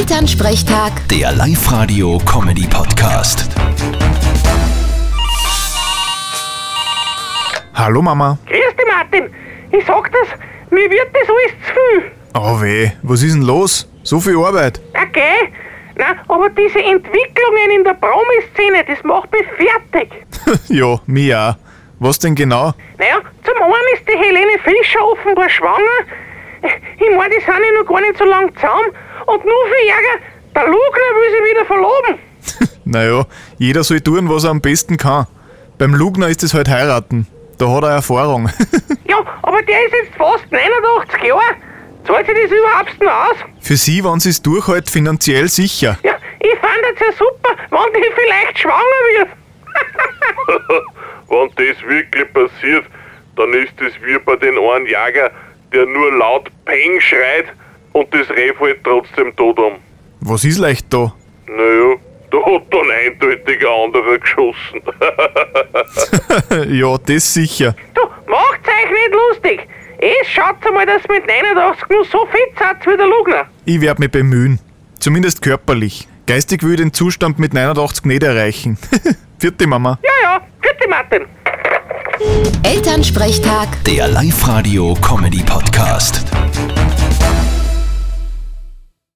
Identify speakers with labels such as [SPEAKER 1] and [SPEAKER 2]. [SPEAKER 1] Elternsprechtag,
[SPEAKER 2] Der Live-Radio-Comedy-Podcast.
[SPEAKER 3] Hallo Mama.
[SPEAKER 4] Grüß dich, Martin. Ich sag das, mir wird das alles zu viel.
[SPEAKER 3] Oh weh, was ist denn los? So viel Arbeit.
[SPEAKER 4] Okay? Na, aber diese Entwicklungen in der Promiszene, das macht mich fertig.
[SPEAKER 3] ja, mir auch. Was denn genau?
[SPEAKER 4] Naja, zum einen ist die Helene Fischer offenbar schwanger. Ich meine, die sind ja noch gar nicht so lang zusammen. Und nur für Ärger, der Lugner will sie wieder verloben.
[SPEAKER 3] Naja, jeder soll tun, was er am besten kann. Beim Lugner ist es halt heiraten. Da hat er Erfahrung.
[SPEAKER 4] Ja, aber der ist jetzt fast 89 Jahre. Zahlt sich das überhaupt noch aus?
[SPEAKER 3] Für sie waren sie es durchhalt finanziell sicher.
[SPEAKER 4] Ja, ich fand das ja super, wenn die vielleicht schwanger wird.
[SPEAKER 5] Wenn das wirklich passiert, dann ist es wie bei den einen Jäger, der nur laut Peng schreit und das Reh fällt trotzdem tot um.
[SPEAKER 3] Was ist leicht da?
[SPEAKER 5] Naja, da hat dann eindeutig ein anderer geschossen.
[SPEAKER 3] ja, das sicher.
[SPEAKER 4] Du, macht's euch nicht lustig. Es schaut einmal, dass ihr mit 89 nur so fit seid wie der Lugner.
[SPEAKER 3] Ich werde mich bemühen. Zumindest körperlich. Geistig will ich den Zustand mit 89 nicht erreichen. Vierte Mama.
[SPEAKER 4] Ja, ja, bitte Martin.
[SPEAKER 1] Elternsprechtag.
[SPEAKER 2] Der Live-Radio-Comedy-Podcast.